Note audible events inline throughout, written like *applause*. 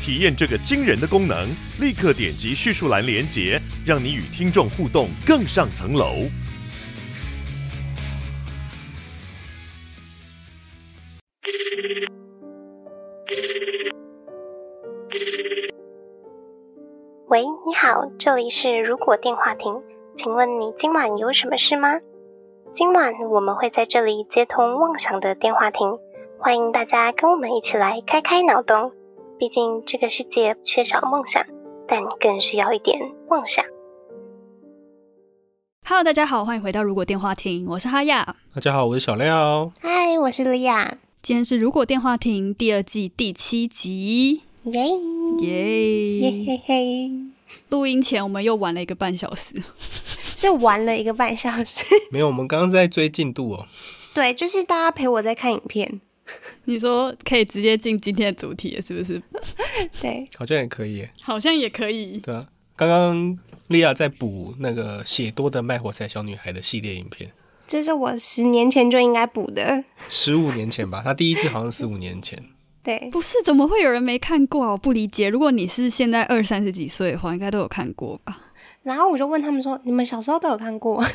体验这个惊人的功能，立刻点击叙述栏连接，让你与听众互动更上层楼。喂，你好，这里是如果电话亭，请问你今晚有什么事吗？今晚我们会在这里接通妄想的电话亭，欢迎大家跟我们一起来开开脑洞。毕竟这个世界缺少梦想，但更需要一点妄想。 Hello，大家好，欢迎回到《如果电话亭》，我是哈亚。大家好，我是小廖。嗨，我是莉亚，今天是《如果电话亭》第二季第七集，耶耶耶！嘿嘿，录音前我们又玩了一个半小时， *laughs* 是玩了一个半小时。没有，我们刚刚是在追进度哦。对，就是大家陪我在看影片，你说可以直接进今天的主题了，是不是？对，好像也可以耶，好像也可以。对啊。刚刚莉亚在补那个写多的卖火柴小女孩的系列影片，这是我十年前就应该补的。十五年前吧，她第一次好像十五年前。对，不是，怎么会有人没看过啊？我不理解。如果你是现在二三十几岁的话，应该都有看过吧？然后我就问他们说：“你们小时候都有看过吗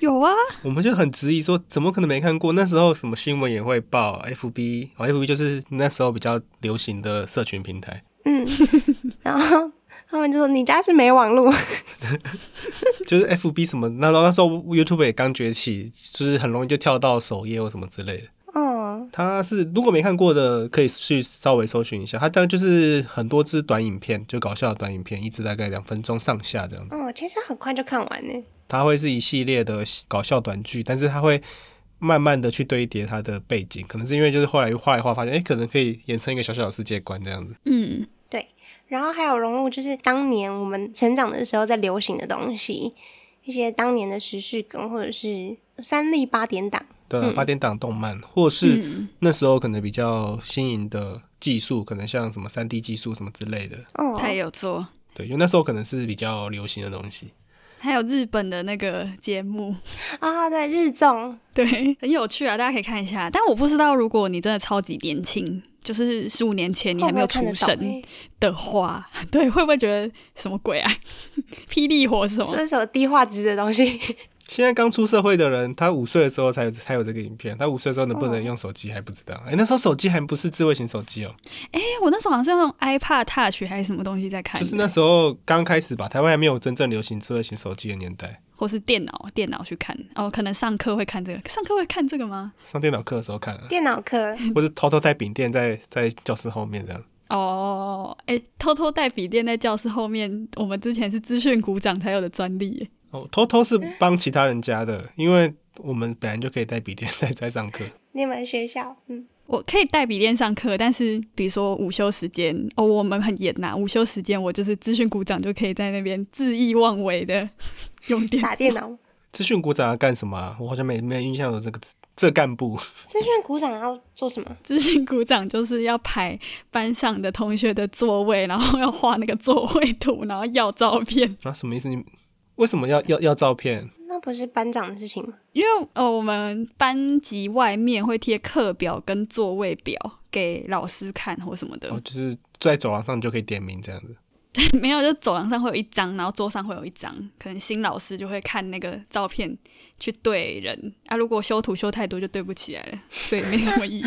有啊，我们就很质疑说，怎么可能没看过？那时候什么新闻也会报，FB 哦，FB 就是那时候比较流行的社群平台，？”嗯， *laughs* 然后他们就说：“你家是没网络就是 FB 什么，那时候那时候 YouTube 也刚崛起，就是很容易就跳到首页或什么之类的。？”哦，它是如果没看过的，可以去稍微搜寻一下。它当然就是很多支短影片，就搞笑的短影片，一支大概两分钟上下这样。哦，其实很快就看完呢。它会是一系列的搞笑短剧，但是它会慢慢的去堆叠它的背景，可能是因为就是后来画一画，发现哎、诶可能可以延伸一个小小的世界观这样子。嗯，然后还有融入，就是当年我们成长的时候在流行的东西，一些当年的时事梗，或者是三立八点档。对啊，嗯八点档动漫，或是嗯那时候可能比较新颖的技术，可能像什么三 D 技术什么之类的。哦，他也有做，对，因为那时候可能是比较流行的东西。还有日本的那个节目，啊、对，日综， *laughs* 对， *laughs* 很有趣啊，大家可以看一下。但我不知道，如果你真的超级年轻，就是十五年前你会还不没会有看出得生懂欸？的话， *laughs* 对，会不会觉得什么鬼啊？ *laughs* 霹雳火是什这么？哎是什么低画质的东西？现在刚出社会的人，他五岁的时候才有才有这个影片，他五岁的时候能不能用手机还不知道。哎、那时候手机还不是智慧型手机哦、哎、我那时候好像是用那种 iPad Touch 还是什么东西在看的，就是那时候刚开始吧，台湾还没有真正流行智慧型手机的年代。或是电脑电脑去看哦，可能上课会看这个，上课会看这个吗？上电脑课的时候看、 *laughs* 啊，电脑课，或者偷偷带笔电在在教室后面这样。哦，哎、偷偷带笔电在教室后面，我们之前是资讯鼓掌才有的专利耶，哦，偷偷是帮其他人家的，因为我们本来就可以带笔电在在上课。你们学校，嗯，我可以带笔电上课，但是比如说午休时间，哦，我们很严呐、午休时间我就是资讯鼓掌就可以在那边恣意妄为的 *laughs* 用电脑打电脑，资讯股长要干什么啊、我好像没没印象有这个这干部。 *laughs* 资讯鼓掌要做什么？资讯鼓掌就是要排班上的同学的座位，然后要画那个座位图，然后要照片。 *laughs* 啊，什么意思？你为什么要要要照片？那不是班长的事情吗？因为呃，我们班级外面会贴课表跟座位表给老师看或什么的，哦，就是在走廊上就可以点名这样子。 *laughs* 没有就走廊上会有一张，然后桌上会有一张，可能新老师就会看那个照片去对人啊。如果修图修太多就对不起来了，所以没什么意义。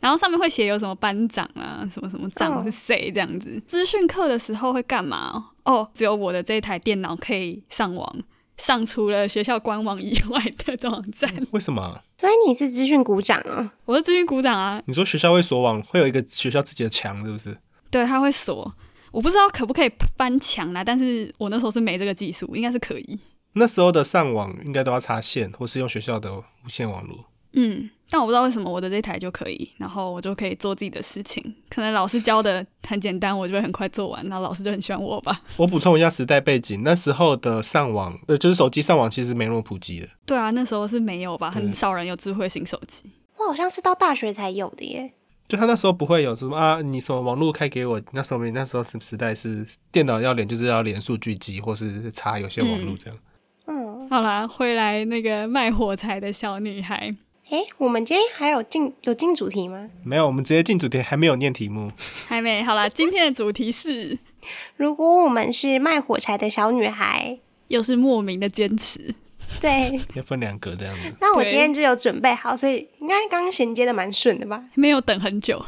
然后上面会写有什么班长啊，什么什么长哦是谁这样子。资讯课的时候会干嘛？哦，只有我的这一台电脑可以上网，上除了学校官网以外的网站。为什么啊、所以你是资讯鼓掌哦，我是资讯鼓掌啊，你说学校会锁网，会有一个学校自己的墙，是不是？对，他会锁。我不知道可不可以翻墙啦，但是我那时候是没这个技术，应该是可以。那时候的上网应该都要插线，或是用学校的无线网络。嗯，但我不知道为什么我的这台就可以，然后我就可以做自己的事情。可能老师教的很简单，我就会很快做完，然后老师就很喜欢我吧。我补充一下时代背景，那时候的上网，呃，就是手机上网其实没那么普及的。对啊，那时候是没有吧，很嗯少人有智慧型手机。我好像是到大学才有的耶。就他那时候不会有什么啊，你什么网络开给我，那时候没，那时候是时代是电脑要连就是要连数据机或是插有些网络这样。嗯，好啦，回来那个卖火柴的小女孩，诶，我们今天还有进有进主题吗？没有，我们直接进主题，还没有念题目。还没好啦。今天的主题是，如果我们是卖火柴的小女孩，又是莫名的坚持。 *laughs* 对，要分两格这样子。那我对今天就有准备好，所以应该刚刚衔接的蛮顺的吧？没有等很久。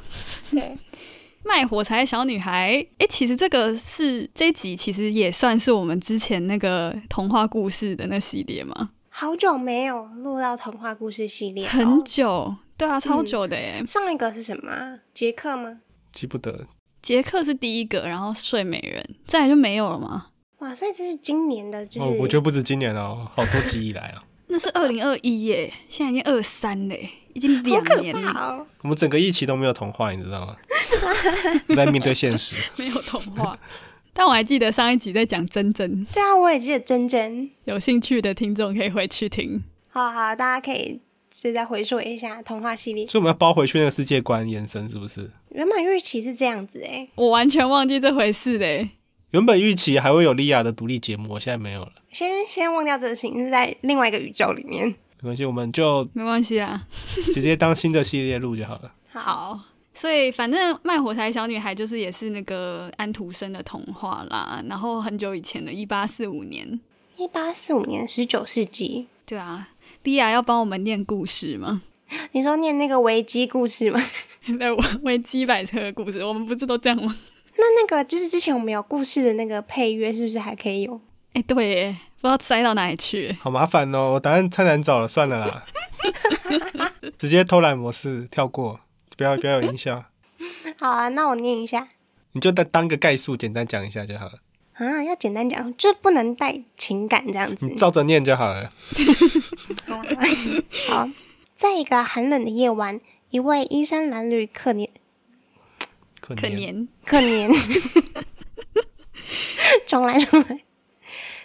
对， *laughs* 卖火柴的小女孩，诶，其实这个是这一集，其实也算是我们之前那个童话故事的那系列嘛，好久没有录到童话故事系列、哦，很久，对啊，超久的耶。上一个是什么啊？杰克吗？记不得，杰克是第一个，然后睡美人，再来就没有了吗？哇，所以这是今年的，就是、哦，我觉得不止今年哦，好多集以来啊，那是二零二一耶，现在已经二三嘞，已经好两可年了，怕哦！我们整个一期都没有童话，你知道吗？ *laughs* 在面对现实， *laughs* 没有童话。但我还记得上一集在讲珍珍，对啊，我也记得珍珍。有兴趣的听众可以回去听。好好，大家可以就再回溯一下童话系列。所以我们要包回去那个世界观延伸，是不是？原本预期是这样子诶，我完全忘记这回事嘞，原本预期还会有莉亚的独立节目，现在没有了。先先忘掉这个事情，是在另外一个宇宙里面。没关系，我们就没关系啦。直接当新的系列录就好了。好，所以反正卖火柴小女孩就是也是那个安徒生的童话啦，然后很久以前的，一八四五年，一八四五年，十九世纪。对啊。莉亚要帮我们念故事吗？你说念那个维基故事吗？ *laughs* 在我维基百科的故事，我们不是都这样吗？ *laughs* 那那个就是之前我们有故事的那个配乐，是不是还可以有？哎、对耶，不知道塞到哪里去耶。好麻烦哦，我答案太难找了，算了啦， *laughs* 直接偷懒模式跳过，不要不要有音效，好啊，那我念一下你就当当个概述，简单讲一下就好了，啊，要简单讲，就不能带情感这样子你。照着念就好了。好啦，好，在一个寒冷的夜晚，一位衣衫褴褛、可怜可可怜，年可怜，重来重来。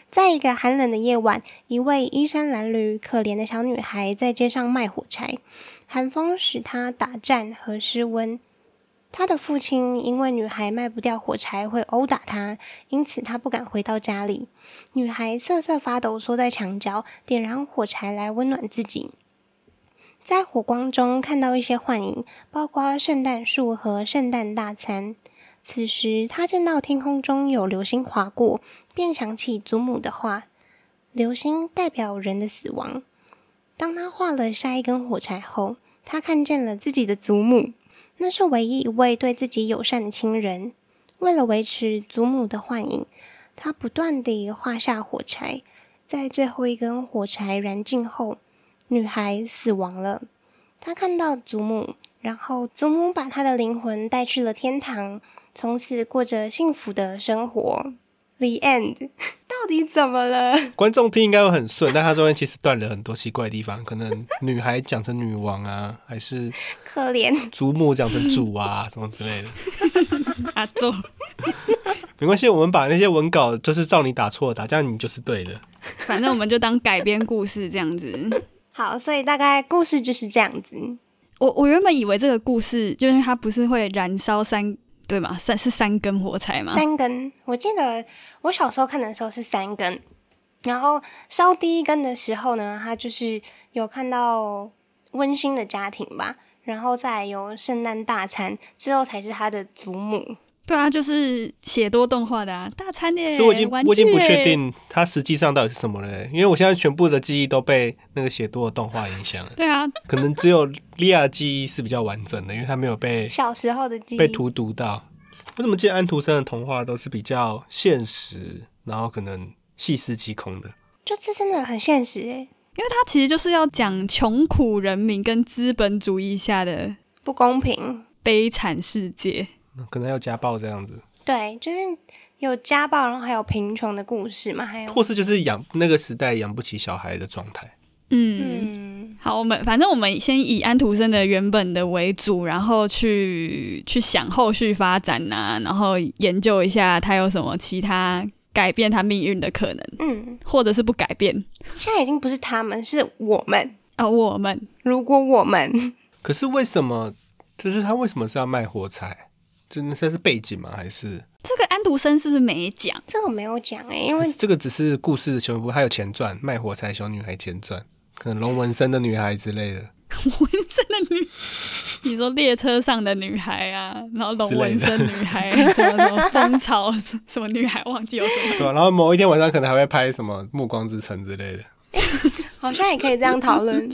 在一个寒冷的夜晚，一位衣衫褴褛、可怜的小女孩在街上卖火柴，寒风使她打颤和失温。她的父亲因为女孩卖不掉火柴会殴打她，因此她不敢回到家里。女孩瑟瑟发抖，缩在墙角，点燃火柴来温暖自己。在火光中看到一些幻影，包括圣诞树和圣诞大餐。此时，他见到天空中有流星划过，便想起祖母的话：“流星代表人的死亡。”当他画了下一根火柴后，他看见了自己的祖母，那是唯一一位对自己友善的亲人。为了维持祖母的幻影，他不断地画下火柴，在最后一根火柴燃尽后，女孩死亡了。他看到祖母，然后祖母把他的灵魂带去了天堂，从此过着幸福的生活。The end，到 *laughs* 底怎么了？观众听应该会很顺，但他中间其实断了很多奇怪的地方，可能女孩讲成女王啊，还是可怜，祖母讲成主啊，什么之类的。阿周，没关系，我们把那些文稿就是照你打错的打，这样你就是对的。 *laughs* 反正我们就当改编故事这样子。好，所以大概故事就是这样子。我我原本以为这个故事就是它不是会燃烧三对吗？三是三根火柴吗？三根，我记得我小时候看的时候是三根，然后烧第一根的时候呢，他就是有看到温馨的家庭吧，然后再有圣诞大餐，最后才是他的祖母。对啊，就是写多动画的啊，大餐耶，所以我已经玩我已经不具耶确定它实际上到底是什么了，因为我现在全部的记忆都被那个写多的动画影响了，对啊，可能只有莉亚记忆是比较完整的，因为她没有被小时候的记忆被荼毒到。我怎么记得安徒生的童话都是比较现实，然后可能细思极恐的。就这真的很现实欸诶，因为它其实就是要讲穷苦人民跟资本主义下的不公平。悲惨世界。可能要家暴这样子，对，就是有家暴，然后还有贫穷的故事嘛，还有或是就是养那个时代养不起小孩的状态。嗯，嗯，好，我们反正我们先以安徒生的原本的为主，然后去去想后续发展呐、然后研究一下他有什么其他改变他命运的可能，嗯，或者是不改变现在已经不是他们，是我们。啊、我们如果我们， *laughs* 可是为什么？就是他为什么是要卖火柴？真的这是背景吗？还是这个安徒生是不是没讲？这个没有讲哎、因还为是这个只是故事的全部？还有前传《卖火柴小女孩》前传，可能龙纹身的女孩之类的。纹身的女，你说列车上的女孩啊，然后龙纹身女孩，啊什么什么蜂巢什么女孩，忘记有什么。对、啊，然后某一天晚上可能还会拍什么《暮光之城》之类的。好像也可以这样讨论。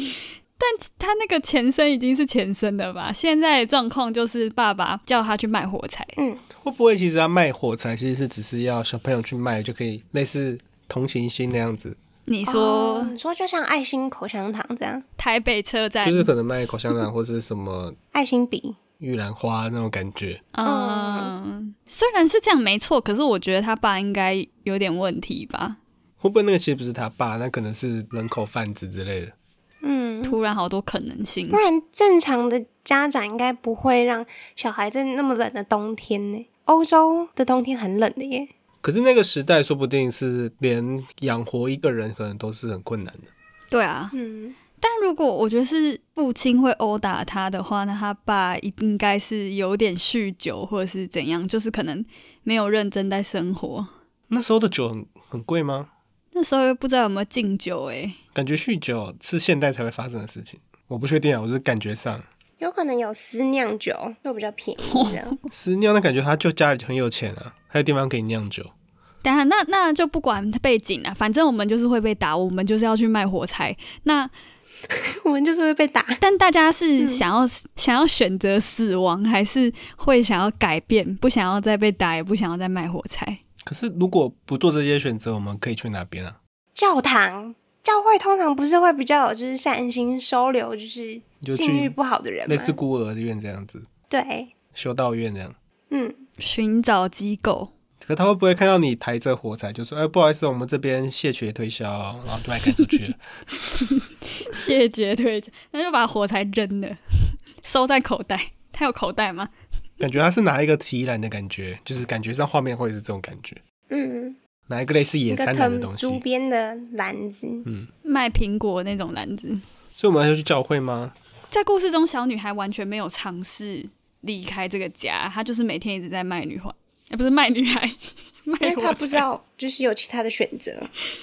他那个前身已经是前身的吧？现在的状况就是爸爸叫他去卖火柴，嗯，会不会其实他卖火柴其实是只是要小朋友去卖就可以，类似同情心那样子，你 *laughs* 说、哦你说就像爱心口香糖这样，台北车哎站，就是可能卖口香糖或是什么爱心笔，玉兰花那种感觉。嗯，虽然是这样没错，可是我觉得他爸应该有点问题吧。会不会那个其实不是他爸，那可能是人口贩子之类的？嗯，突然好多可能性不，然正常的家长应该不会让小孩在那么冷的冬天呢、欧洲的冬天很冷的耶，可是那个时代说不定是连养活一个人可能都是很困难的。对啊。嗯，但如果我觉得是父亲会殴打他的话，那他爸应该是有点酗酒或者是怎样，就是可能没有认真在生活。那时候的酒很很贵吗？那时候又不知道有没有敬酒、欸，感觉酗酒是现代才会发生的事情，我不确定啊，我是感觉上。有可能有私酿酒，又比较便宜这样。哦是酿的感觉，他就家里很有钱啊，还有地方可以酿酒。当然，那那就不管背景了，反正我们就是会被打，我们就是要去卖火柴。那 *laughs* 我们就是会被打，但大家是想要、想要选择死亡，还是会想要改变，不想要再被打，也不想要再卖火柴？可是如果不做这些选择，我们可以去哪边啊？教堂、教会通常不是会比较有就是善心收留就是就去境遇不好的人类吗？似孤儿院这样子，对，修道院这样。嗯，寻找机构，可他会不会看到你抬着火柴，就说：“哎，不好意思，我们这边谢绝推销哦，然后就把你赶出去了。 *laughs* 谢绝对，那就把火柴扔了，收在口袋。他有口袋吗？”感觉他是拿一个提篮的感觉，就是感觉上画面会是这种感觉，嗯，拿一个类似一野个餐篮的东藤竹西。嗯编的篮子，卖苹果那种篮子。所以我们要去教会吗？在故事中，小女孩完全没有尝试离开这个家，她就是每天一直在卖 *laughs* 女孩，呃，不是卖女孩，因卖为火他柴。不知道就是有其他的选择，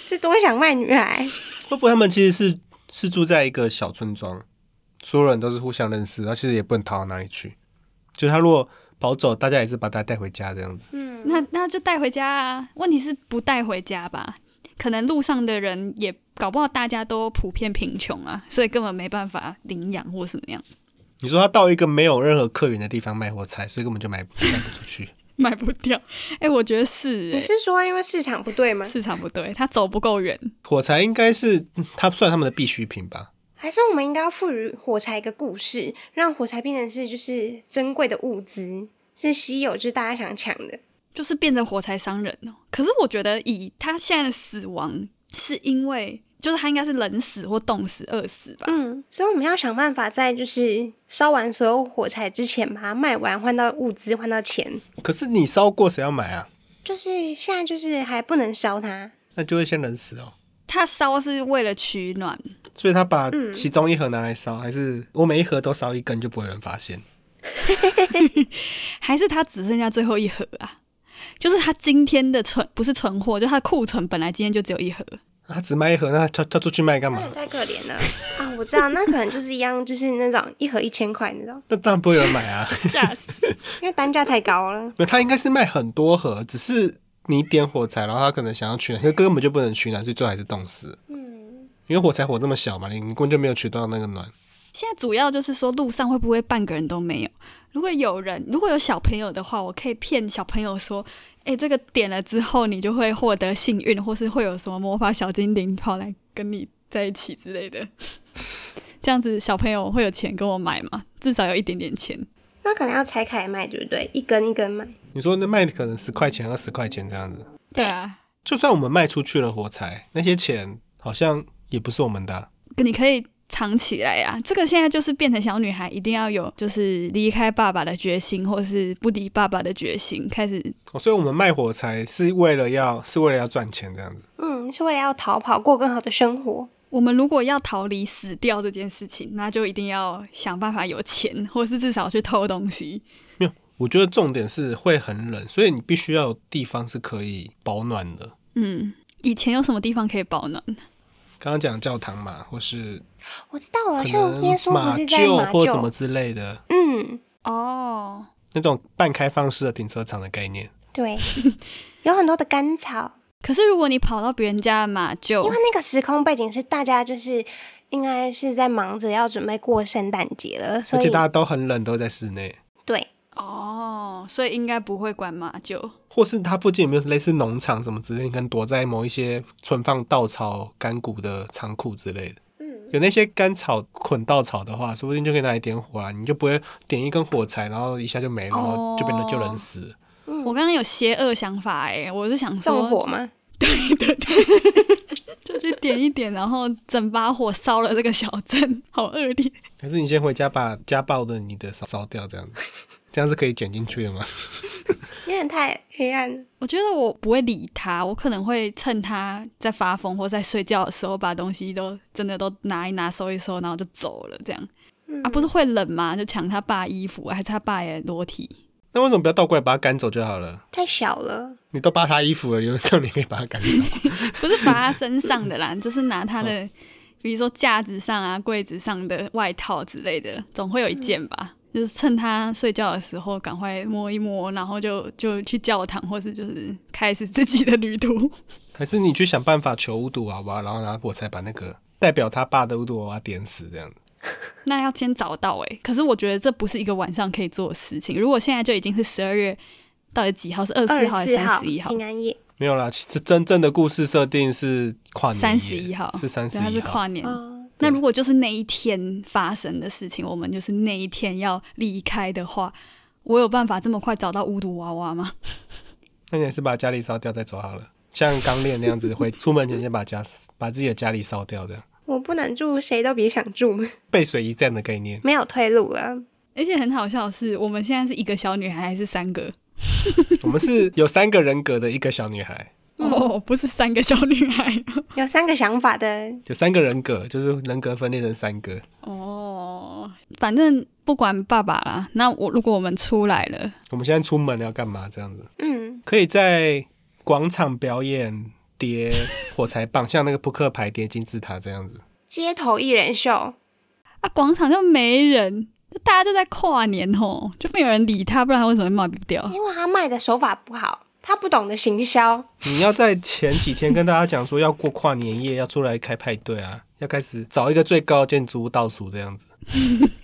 是多想卖女孩，会不会他们其实是是住在一个小村庄，所有人都是互相认识，他其实也不能逃到哪里去。就是他如果跑走，大家也是把他带回家这样子。嗯，那那就带回家啊。问题是不带回家吧？可能路上的人也搞不好，大家都普遍贫穷啊，所以根本没办法领养或什么样， *laughs* 你说他到一个没有任何客源的地方卖火柴，所以根本就卖卖不出去。卖不掉。哎、我觉得是、你哎，是说因为市场不对吗？市场不对，他走不够远。火柴应该是嗯他算他们的必需品吧？还是我们应该要赋予火柴一个故事，让火柴变成是就是珍贵的物资，是稀有，就是大家想抢的。就是变成火柴商人哦。可是我觉得以他现在的死亡，是因为就是他应该是冷死或冻死、饿死吧？嗯，所以我们要想办法在就是烧完所有火柴之前把它卖完，换到物资，换到钱。可是你烧过，谁要买啊？就是现在就是还不能烧它，那就会先冷死哦。他烧是为了取暖，所以他把其中一盒拿来烧，还是我每一盒都烧一根，就不会有人发现。还是他只剩下最后一盒啊？就是他今天的存不是存货，就他的库存本来今天就只有一盒，他只卖一盒，那他跳跳出去卖干那嘛也？太可怜了啊！我知道，那可能就是一样，就是那种一盒一千块那种，那当然不会有人买啊。 *laughs* 吓死！因为单价太高了。没有，他应该是卖很多盒，只是你点火柴，然后他可能想要取暖，可根本就不能取暖，所以最后还是冻死。嗯，因为火柴火那么小嘛，你你根本就没有取到那个暖。现在主要就是说路上会不会半个人都没有？如果有人，如果有小朋友的话，我可以骗小朋友说：“哎、这个点了之后，你就会获得幸运，或是会有什么魔法小精灵跑来跟你在一起之类 *laughs* 的。”这样子小朋友会有钱跟我买吗？至少有一点点钱。那可能要拆开来卖，对不对？一根一根卖。你说那卖可能十块钱、二十块钱这样子，对啊，就算我们卖出去了火柴，那些钱好像也不是我们的啊、你可以藏起来啊。这个现在就是变成小女孩一定要有就是离开爸爸的决心，或是不理爸爸的决心，开始哦所以我们卖火柴是为了要是为了要赚钱这样子。嗯，是为了要逃跑，过更好的生活。我们如果要逃离死掉这件事情，那就一定要想办法有钱，或是至少去偷东西。没有，我觉得重点是会很冷，所以你必须要有地方是可以保暖的。嗯，以前有什么地方可以保暖？刚刚讲教堂嘛，或是我知道了，可像能耶稣不马是在厩马或什么厩？之类的嗯，哦，那种半开放式的停车场的概念。 *laughs* 对，有很多的干草，可是如果你跑到别人家的马厩因为，那个时空背景是大家就是应该是在忙着要准备过圣诞节了，而所且以大家都很冷，都在室内，对，哦，所以应该不会管马厩。或是它附近有没有类似农场什么之类，你可能躲在某一些存放稻草、干谷的仓库之类的。嗯，有那些干草捆稻草的话，说不定就可以拿来点火啊，你就不会点一根火柴，然后一下就没了，然后就变得哦就人死了。我刚刚有邪恶想法哎、我是想说纵嗯火吗？就去点一点，然后整把火烧了这个小镇，好恶劣。还是你先回家把家暴的你的烧烧掉，这样子，这样是可以剪进去的吗？ *laughs* 有点太黑暗了。我觉得我不会理他，我可能会趁他在发疯或在睡觉的时候，把东西都真的都拿一拿、收一收，然后就走了。这样嗯啊，不是会冷吗？就抢他爸衣服，还是他爸也裸体？那为什么不要倒过来把它赶走就好了？太小了，你都扒他衣服了，有这样你可以把它赶走。不是把他身上的啦，就是拿他的，比如说架子上啊、柜子上的外套之类的，总会有一件吧。就是趁他睡觉的时候，赶快摸一摸，然后就就去教堂，或是就是开始自己的旅途。 *laughs* 还是你去想办法求巫毒娃娃，然后拿火柴把那个代表他爸的巫毒娃娃点死，这样那要先找到哎、可是我觉得这不是一个晚上可以做的事情。如果现在就已经是十二月到底几号？是二十哦四二十号还四是号三十一号？平安夜没有啦。其实真正的故事设定是跨年夜，三十一号是三十对它一是号跨。年。哦，那如果就是那一天发生的事情，我们就是那一天要离开的话，我有办法这么快找到巫毒娃娃吗？那你还是把家里烧掉再走好了。像刚练那样子，会出门前先把家把自己的家里烧掉，这样我不能住，谁都别想住，背水一战的概 *laughs* 念。没有退路了。而且很好笑的是，我们现在是一个小女孩还是三个？我们是有三个人格的一个小女孩，哦，不是三个小女孩。有三个想法的，有三个人格，就是人格分裂成三个。哦，反正不管爸爸啦。那我如果我们出来了，我们现在出门了要干嘛？这样子嗯，可以在广场表演叠火柴棒，像那个扑克牌叠金字塔这样子。街头艺人秀，啊，广场就没人，大家就在跨年吼，就没有人理他，不然他为什么会卖不掉？因为他卖的手法不好，他不懂得行销，你要在前几天跟大家讲说要过跨年夜，要出来开派对啊， *laughs* 要开始找一个最高的建筑物倒数这样子。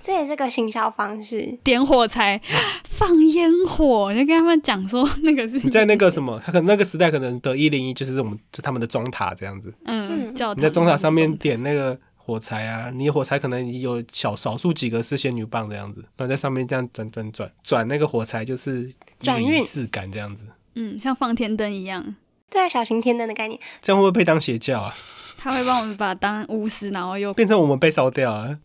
这也是个行销方式。点火柴，放烟火，你就跟他们讲说那个是你在那个什么，他 *laughs* 可能那个时代可能的一零一就是我们就他们的钟塔这样子。嗯哦教堂，你在钟塔上面点那个火柴啊，你火柴可能有小少数几个是仙女棒这样子，然后在上面这样转转转转那个火柴，就是有转运仪式感这样子。嗯，像放天灯一样，对，小型天灯的概念，这样会不会被当邪教啊？他会帮我们把它当巫师，然后又变成我们被烧掉啊？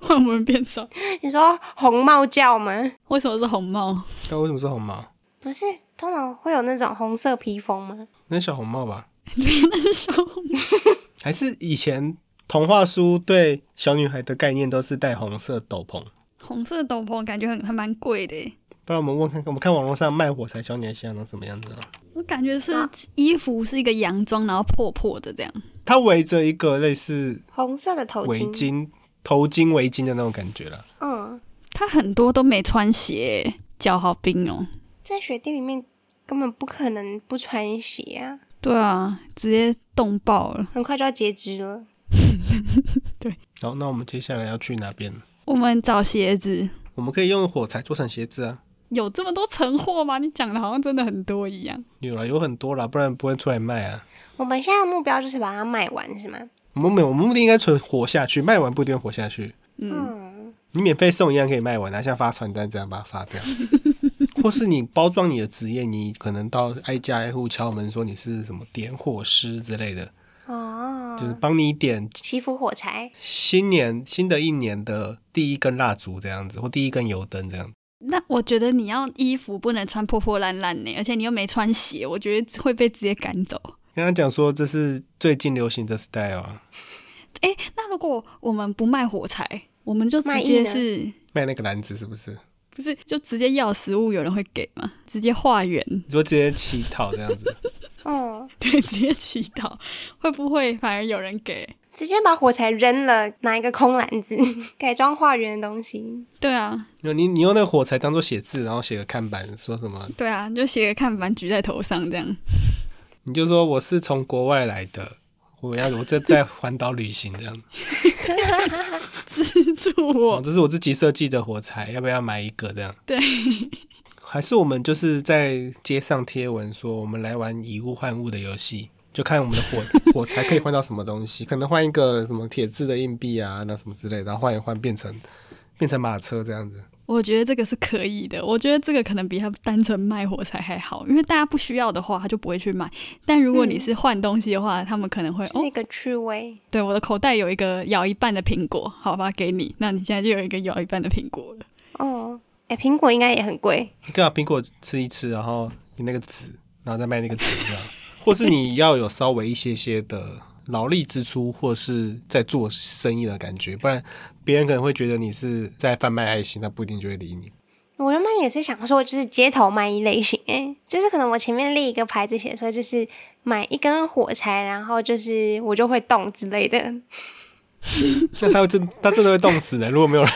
换我们变少。你说红帽教吗？为什么是红帽？ *laughs* 那为什么是红帽？不是，通常会有那种红色披风吗？那是小红帽吧？那是小红帽。还是以前童话书对小女孩的概念都是戴红色斗篷？红色斗篷感觉很还蛮贵的耶，不然我们问看看，我们看网络上卖火柴小女孩形象都什么样子啊？我感觉是衣服是一个洋装，然后破破的这样。她围着一个类似红色的头围巾，巾、头巾、围巾的那种感觉啦。嗯，他很多都没穿鞋耶，脚好冰哦。在雪地里面根本不可能不穿鞋啊，对啊，直接冻爆了。很快就要截肢了。好，那我们接下来要去哪边？我们找鞋子，我们可以用火柴做成鞋子啊。有这么多存货吗？你讲的好像真的很多一样。有啦，有很多啦，不然不会出来卖啊。我们现在的目标就是把它卖完，是吗？我们没有，我们目的应该存活下去，卖完不一定活下去。嗯，嗯，你免费送一样可以卖完啊，像发传单这样把它发掉， *laughs* 或是你包装你的职业，你可能到挨家挨户敲门说你是什么点火师之类的，哦，就是帮你点祈福火柴，新年新的一年的第一根蜡烛这样子，或第一根油灯这样。那我觉得你要衣服不能穿破破烂烂呢，而且你又没穿鞋，我觉得会被直接赶走。刚刚讲说这是最近流行的 style 啊，哎，那如果我们不卖火柴，我们就直卖艺接呢是卖那个篮子是不是？不是就直接要食物，有人会给吗？直接化缘， *laughs* 你说直接乞讨这样子， *laughs* 哦，对，直接祈祷，会不会反而有人给？直接把火柴扔了，拿一个空篮子 *laughs* 改装化缘的东西，对啊，你你用那个火柴当做写字，然后写个看板，说什么？对啊，就写个看板举在头上这样。 *laughs* 你就说我是从国外来的，我要我这在环岛旅行这样。资助哦，我。这是我自己设计的火柴，要不要买一个这样？对，还是我们就是在街上贴文说，我们来玩以物换物的游戏，就看我们的火 *laughs* 火柴可以换到什么东西，可能换一个什么铁质的硬币啊，那什么之类的，然后换一换变成变成马车这样子。我觉得这个是可以的。我觉得这个可能比他单纯卖火柴还好，因为大家不需要的话，他就不会去买。但如果你是换东西的话，他们可能会这是一哦，个趣味。对，我的口袋有一个咬一半的苹果，好吧，给你，那你现在就有一个咬一半的苹果了。哦，哎，苹果应该也很贵，你可以把苹果吃一吃，然后你那个籽，然后再卖那个籽这样，或是你要有稍微一些些的劳力支出，或是在做生意的感觉，不然别人可能会觉得你是在贩卖爱心，他不一定就会理你。我原本也是想说，就是街头卖艺类型，哎，就是可能我前面立一个牌子写说，就是买一根火柴，然后就是我就会动之类的。那他会真他真的会冻死的，如果没有人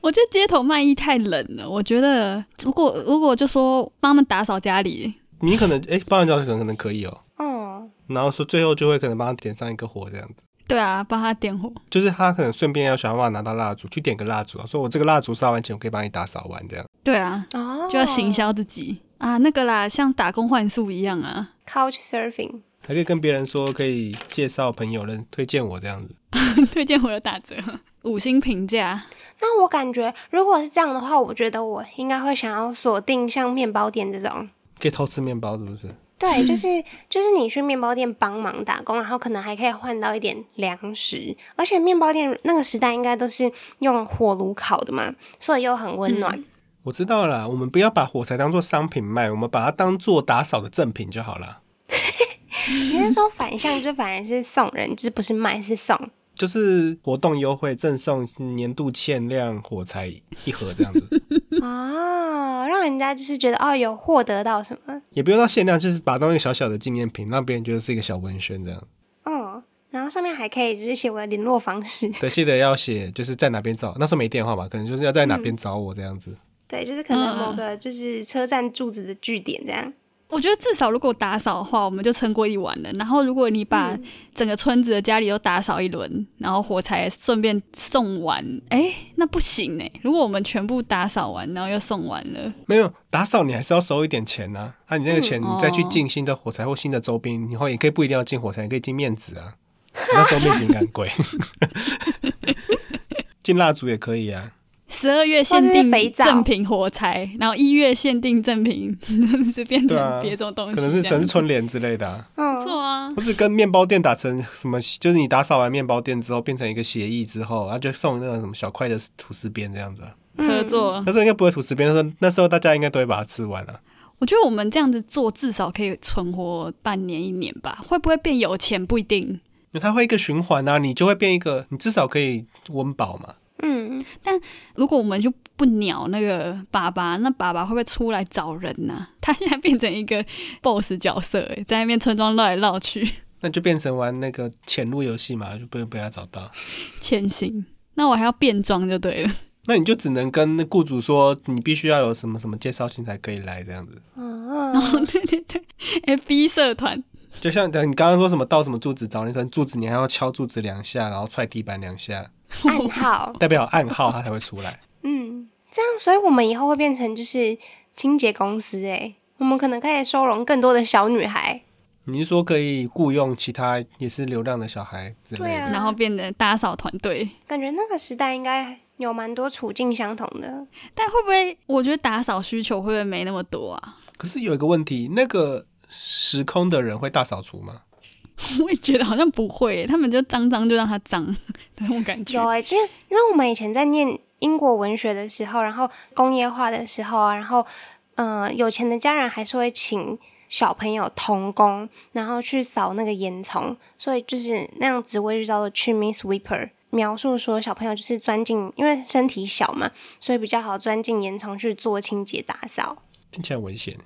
我觉得街头卖艺太冷了。我觉得如果如果就说帮他们打扫家里，你可能哎，帮人家可能可能可以哦。哦，然后说最后就会可能帮他点上一个火这样子，对啊，帮他点火，就是他可能顺便要想办法拿到蜡烛，去点个蜡烛，啊说我这个蜡烛烧完前我可以帮你打扫完这样。对啊，哦，就要行销自己、啊，那个啦，像打工换宿一样啊。 couch surfing，还可以跟别人说可以介绍朋友人推荐我这样子， *laughs* 推荐我有打折，五星评价。那我感觉，如果是这样的话，我觉得我应该会想要锁定像面包店这种。嗯可以偷吃面包是不是？对，就是就是你去面包店帮忙打工，然后可能还可以换到一点粮食，而且面包店那个时代应该都是用火炉烤的嘛，所以又很温暖。我知道了啦，我们不要把火柴当做商品卖，我们把它当做打扫的赠品就好了。你是说反向就反而是送人，就是不是卖是送？就是活动优惠赠送年度限量火柴一盒这样子，哦，让人家就是觉得哦有获得到什么，也不用到限量，就是把它当一个小小的纪念品，让别人觉得是一个小文宣这样。嗯，然后上面还可以就是写我的联络方式，对，记得要写就是在哪边找，那时候没电话嘛，可能就是要在哪边找我这样子。对，就是可能嗯嗯某个就是车站柱子的据点这样。我觉得至少如果打扫的话，我们就撑过一晚了。然后如果你把整个村子的家里都打扫一轮，然后火柴顺便送完，哎，那不行哎。如果我们全部打扫完，然后又送完了，没有打扫，你还是要收一点钱呐、啊。啊，你嗯那个钱，你再哦去进新的火柴或新的周边，以后也可以不一定要进火柴，你可以进面纸啊。那时候面纸应该很贵， *laughs* 进蜡烛也可以啊。十二月限或者是定肥皂赠品火柴，然后一月限定赠品， *laughs* 是变对啊成别种东西可这样能子，是整是春联之类的、啊，不嗯，错啊。或是跟面包店打成什么，就是你打扫完面包店之后变成一个协议之后，然啊后就送那种什么小块的吐司边这样子、啊。合作，那时候应该不会吐司边，那时候那时候大家应该都会把它吃完啊。我觉得我们这样子做至少可以存活半年一年吧。会不会变有钱不一定，它会一个循环啊，你就会变一个，你至少可以温饱嘛。嗯，如果我们就不鸟那个爸爸，那爸爸会不会出来找人呢、 *laughs* 他现在变成一个 boss 角色、欸，在那边村庄绕来绕去， *laughs* 那就变成玩那个潜入游戏嘛，就不会被他找到。前行。那我还要变装就对了。 *laughs* 那你就只能跟雇主说，你必须要有什么什么介绍信才可以来这样子。哦，对对对，F B 社团，就像你刚刚说什么到什么柱子找你，可能柱子你还要敲柱子两下，然后踹地板两下，嗯暗号，代表有暗号他才会出来。 *laughs* 嗯，这样，所以我们以后会变成就是清洁公司哎，我们可能可以收容更多的小女孩。你是说可以雇佣其他也是流浪的小孩之类对的？啊然后变得打扫团队。感觉那个时代应该有蛮多处境相同的。但会不会？我觉得打扫需求会不会没那么多啊？ *laughs* 可是有一个问题，那个时空的人会大扫除吗？我也觉得好像不会耶，他们就脏脏就让它脏 *laughs* 的那种感觉有。哎、就是因为我们以前在念英国文学的时候，然后工业化的时候啊，然后呃，有钱的家人还是会请小朋友童工，然后去扫那个烟囱，所以就是那样职位就叫做 chimney sweeper。描述说，小朋友就是钻进，因为身体小嘛，所以比较好钻进烟囱去做清洁打扫。听起来危险。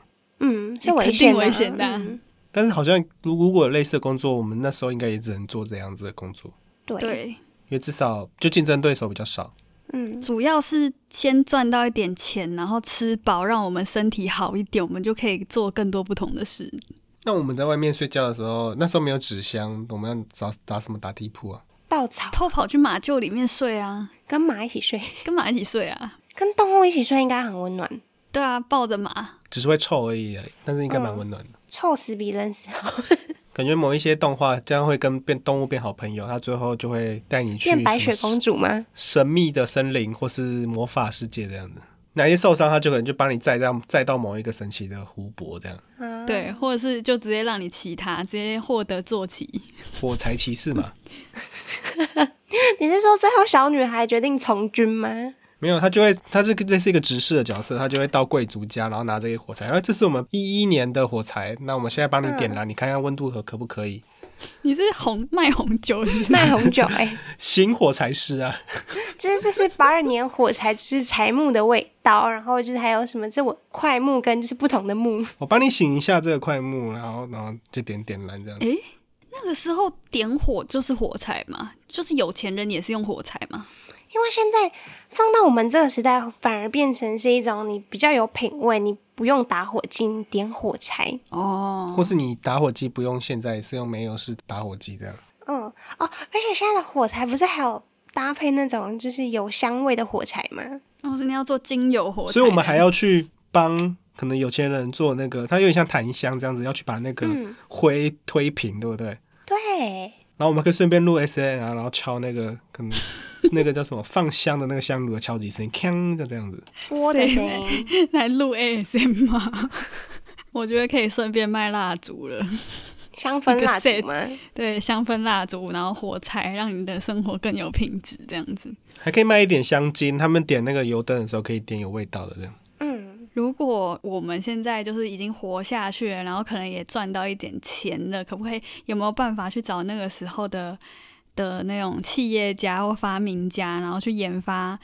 嗯，是肯危定险的啊，危险的啊嗯但是好像如如果有类似的工作，我们那时候应该也只能做这样子的工作，对，对，因为至少就竞争对手比较少。嗯，主要是先赚到一点钱，然后吃饱，让我们身体好一点，我们就可以做更多不同的事。那我们在外面睡觉的时候，那时候没有纸箱，我们要找打什么打地铺啊？稻草偷跑去马厩里面睡啊，跟马一起睡，跟马一起睡啊，跟动物一起睡应该很温暖，对啊，抱着马，只是会臭而已而已，但是应该蛮温暖的。臭死比冷死好，感觉某一些动画这样会跟变动物变好朋友，它最后就会带你去变白什么雪公主吗？ *laughs* 神秘的森林或是魔法世界这样子。哪一受伤，它就可能就帮你载到载到某一个神奇的湖泊这样。啊，对，或者是就直接让你骑它，直接获得坐骑。火柴骑士嘛，嗯你是说最后小女孩决定从 *laughs* 军吗？没有，他就会，他是类似一个执事的角色，他就会到贵族家，然后拿着一个火柴，然后这是我们一一年的火柴，那我们现在帮你点嗯燃，你看看温度可可不可以？你是红卖红酒是不是卖红酒、哎，行火柴师啊， *laughs* 就是这是八二年火柴，就是柴木的味道，然后就是还有什么这我快木跟就是不同的木，我帮你醒一下这个快木，然后然后就点点燃这样。诶，那个时候点火就是火柴嘛，就是有钱人也是用火柴嘛。因为现在放到我们这个时代，反而变成是一种你比较有品味，你不用打火机，你点火柴。哦或是你打火机不用现在，是用煤油式打火机这样。嗯哦，而且现在的火柴不是还有搭配那种就是有香味的火柴吗？哦，今天要做精油火柴，所以我们还要去帮可能有钱人做那个，它有点像檀香这样子，要去把那个嗯灰推平，对不对？对，然后我们可以顺便录 S N 啊，然后敲那个可能那个叫什么放香的那个香炉的敲击声，锵就这样子。锅的谁声音。来 *laughs* 录 ASM 吗？ *laughs* 我觉得可以顺便卖蜡烛了，香氛一个蜡烛 set 吗？对，香氛蜡烛，然后火柴，让你的生活更有品质，这样子。还可以卖一点香精，他们点那个油灯的时候可以点有味道的这样。嗯，如果我们现在就是已经活下去了，然后可能也赚到一点钱了，可不可以有没有办法去找那个时候的的那种企业家或发明家，然后去研发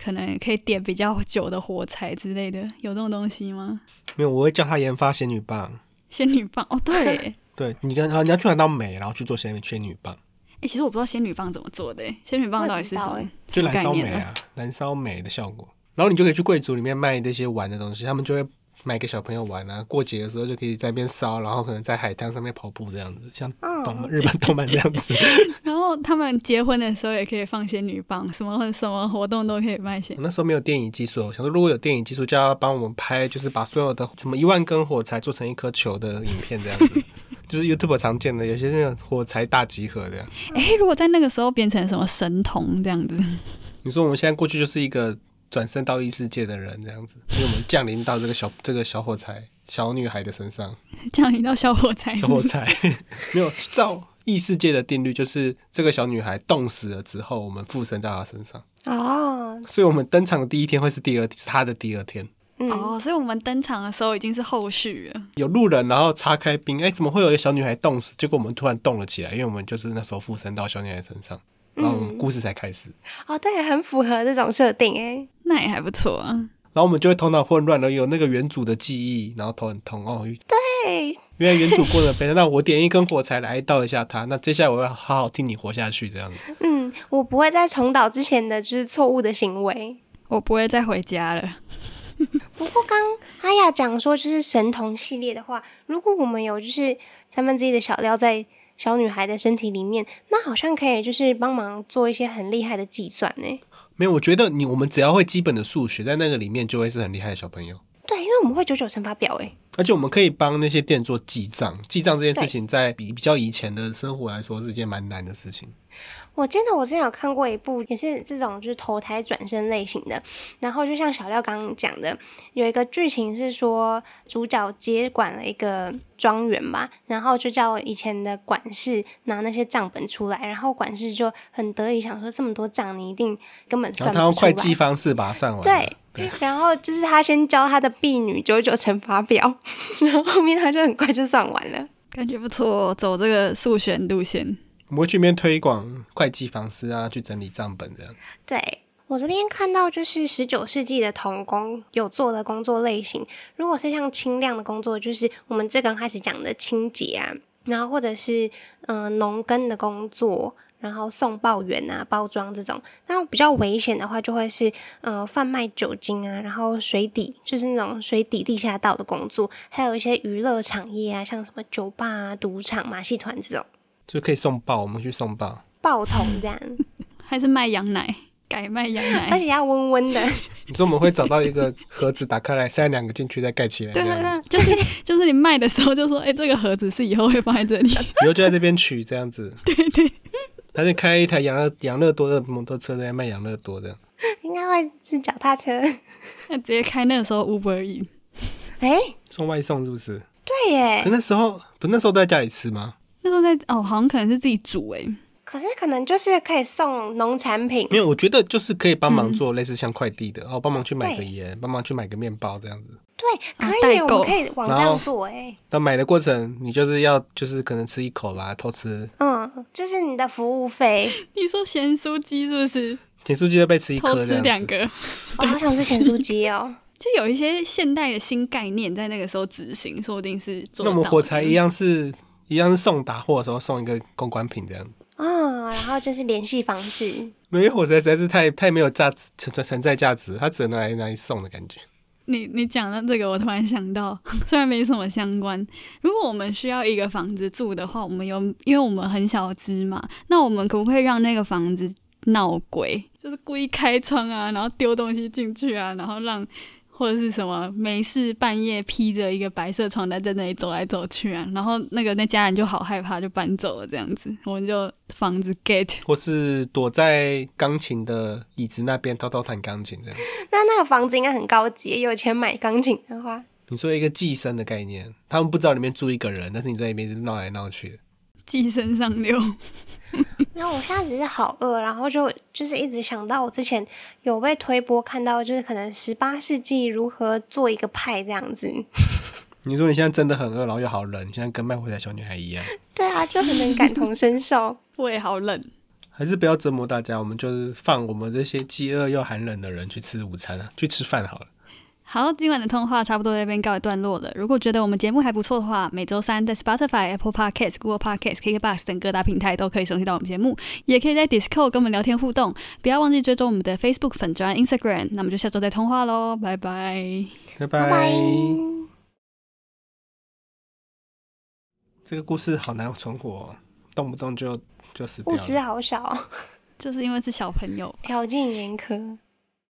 可能可以点比较久的火柴之类的？有这种东西吗？没有，我会叫他研发仙女棒。仙女棒哦，对，哎、对你跟啊，你要去拿到美，然后去做仙女仙女棒，其实我不知道仙女棒怎么做的，仙女棒到底是什我也么什就么燃概烧美念啊？啊，燃烧美的效果。然后你就可以去贵族里面卖这些玩的东西，他们就会买给小朋友玩啊。过节的时候就可以在那边烧，然后可能在海滩上面跑步这样子，像哦动漫、日本动漫这样子。 *laughs* 然后他们结婚的时候也可以放仙女棒，什么什么活动都可以卖仙我。那时候没有电影技术，我想说如果有电影技术，就要帮我们拍，就是把所有的什么一万根火柴做成一颗球的影片这 *laughs* 样子，就是 YouTube 常见的有些那种火柴大集合这样。哎，如果在那个时候变成什么神童这样子，你说我们现在过去就是一个转身到异世界的人这样子，因为我们降临到这个小这个小火柴小女孩的身上， *laughs* 降临到小火柴是小不火是，柴 *laughs* 没有照。异世界的定律就是，这个小女孩冻死了之后，我们附身在她身上，哦，所以我们登场的第一天会是第二，是她的第二天。嗯，哦，所以我们登场的时候已经是后续了。有路人，然后擦开冰，哎，怎么会有一个小女孩冻死？结果我们突然动了起来，因为我们就是那时候附身到小女孩身上，然后我们故事才开始，哦，对，很符合这种设定哎。那也还不错啊，然后我们就会头脑混乱了，有那个原主的记忆，然后头很痛哦，对，原来原主过得悲，那我点一根火柴来哀悼一下他，那接下来我要好好替你活下去，这样子。嗯，我不会再重蹈之前的就是错误的行为。我不会再回家了。不过刚阿雅讲说，就是神童系列的话，如果我们有就是三分之一的小料在小女孩的身体里面，那好像可以就是帮忙做一些很厉害的计算哎呢。没有，我觉得你我们只要会基本的数学，在那个里面就会是很厉害的小朋友，对，因为我们会九九乘法表哎。而且我们可以帮那些店做记账，记账这件事情在比比较以前的生活来说是一件蛮难的事情。我记得我之前有看过一部，也是这种就是投胎转生类型的。然后就像小廖刚刚讲的，有一个剧情是说主角接管了一个庄园吧，然后就叫以前的管事拿那些账本出来，然后管事就很得意，想说这么多账你一定根本然算后不他出来。用会计方式把它算完。啊对，对，然后就是他先教他的婢女九九乘法表， *laughs* 然后后面他就很快就算完了。感觉不错，哦走这个速选路线。我们会去那边推广会计方式啊，去整理账本这样。对我这边看到，就是十九世纪的童工有做的工作类型，如果是像轻量的工作，就是我们最刚开始讲的清洁啊，然后或者是呃农耕的工作。然后送报员啊、包装这种，那比较危险的话，就会是呃贩卖酒精啊，然后水底就是那种水底地下道的工作，还有一些娱乐产业啊，像什么酒吧啊、赌场、马戏团这种就可以送报，我们去送报。报童这样，还是卖羊奶，改卖羊而奶。且要温温的。你说我们会找到一个盒子，打开来塞两个进去，再盖起来。对啊这对对，样就是就是你卖的时候就说，哎、这个盒子是以后会放在这 *laughs* 里。以后就在这边取这样子。对对。他就开一台养乐养乐多的摩托车在卖养乐多的，应该会是脚踏车。那直接开那个时候 Uber E，哎、送外送是不是？对可耶，那时候不是那时候都在家里吃吗？那时候在哦，好像可能是自己煮哎、可是可能就是可以送农产品没，有，我觉得就是可以帮忙做类似像快递的，哦，帮忙去买个对盐，帮忙去买个面包这样子。对，啊可以，代我购们可以往这然后样做哎。但买的过程，你就是要就是可能吃一口吧，偷吃，嗯，就是你的服务费，你说咸酥鸡是不是？简书记就被吃一颗偷这吃样两子。个，我、好想吃咸酥鸡哦。就有一些现代的新概念在那个时候执行，说不定是做得到那我的。们火柴一样是一样是送打货的时候送一个公关品这样。嗯，然后就是联系方式，没有火柴实在是太太没有价值存存存在价值，它只能拿来拿来送的感觉。你你讲到这个，我突然想到，虽然没什么相关，如果我们需要一个房子住的话，我们有，因为我们很小只嘛，那我们可不可以让那个房子闹鬼，就是故意开窗啊，然后丢东西进去啊，然后让或者是什么没事半夜披着一个白色床单在那里走来走去啊，然后那个那家人就好害怕，就搬走了这样子，我们就房子 get 或是躲在钢琴的椅子那边偷偷弹钢琴这样。那那个房子应该很高级，有钱买钢琴的话，你说一个寄生的概念，他们不知道里面住一个人，但是你在里面闹来闹去的。寄生上流， *laughs* 然后我现在只是好饿，然后就就是一直想到我之前有被推播看到，就是可能十八世纪如何做一个派这样子。你说你现在真的很饿，然后又好冷，你现在跟卖火柴小女孩一 *laughs* 样，对啊，就很能感同身受。胃好冷。还是不要折磨大家，我们就是放我们这些饥饿又寒冷的人去吃午餐啊，去吃饭好了。好，今晚的通话差不多在这边告一段落了。如果觉得我们节目还不错的话，每周三在 Spotify、Apple Podcasts、Google Podcasts、KKBox 等各大平台都可以收听到我们节目，也可以在 Discord 跟我们聊天互动。不要忘记追踪我们的 Facebook 粉专、Instagram。那我们就下周再通话喽，拜拜。拜拜 *laughs* 拜。拜。这个故事好难存活哦、动不动就就死掉物了。资好少，就是因为是小朋友。条件严苛。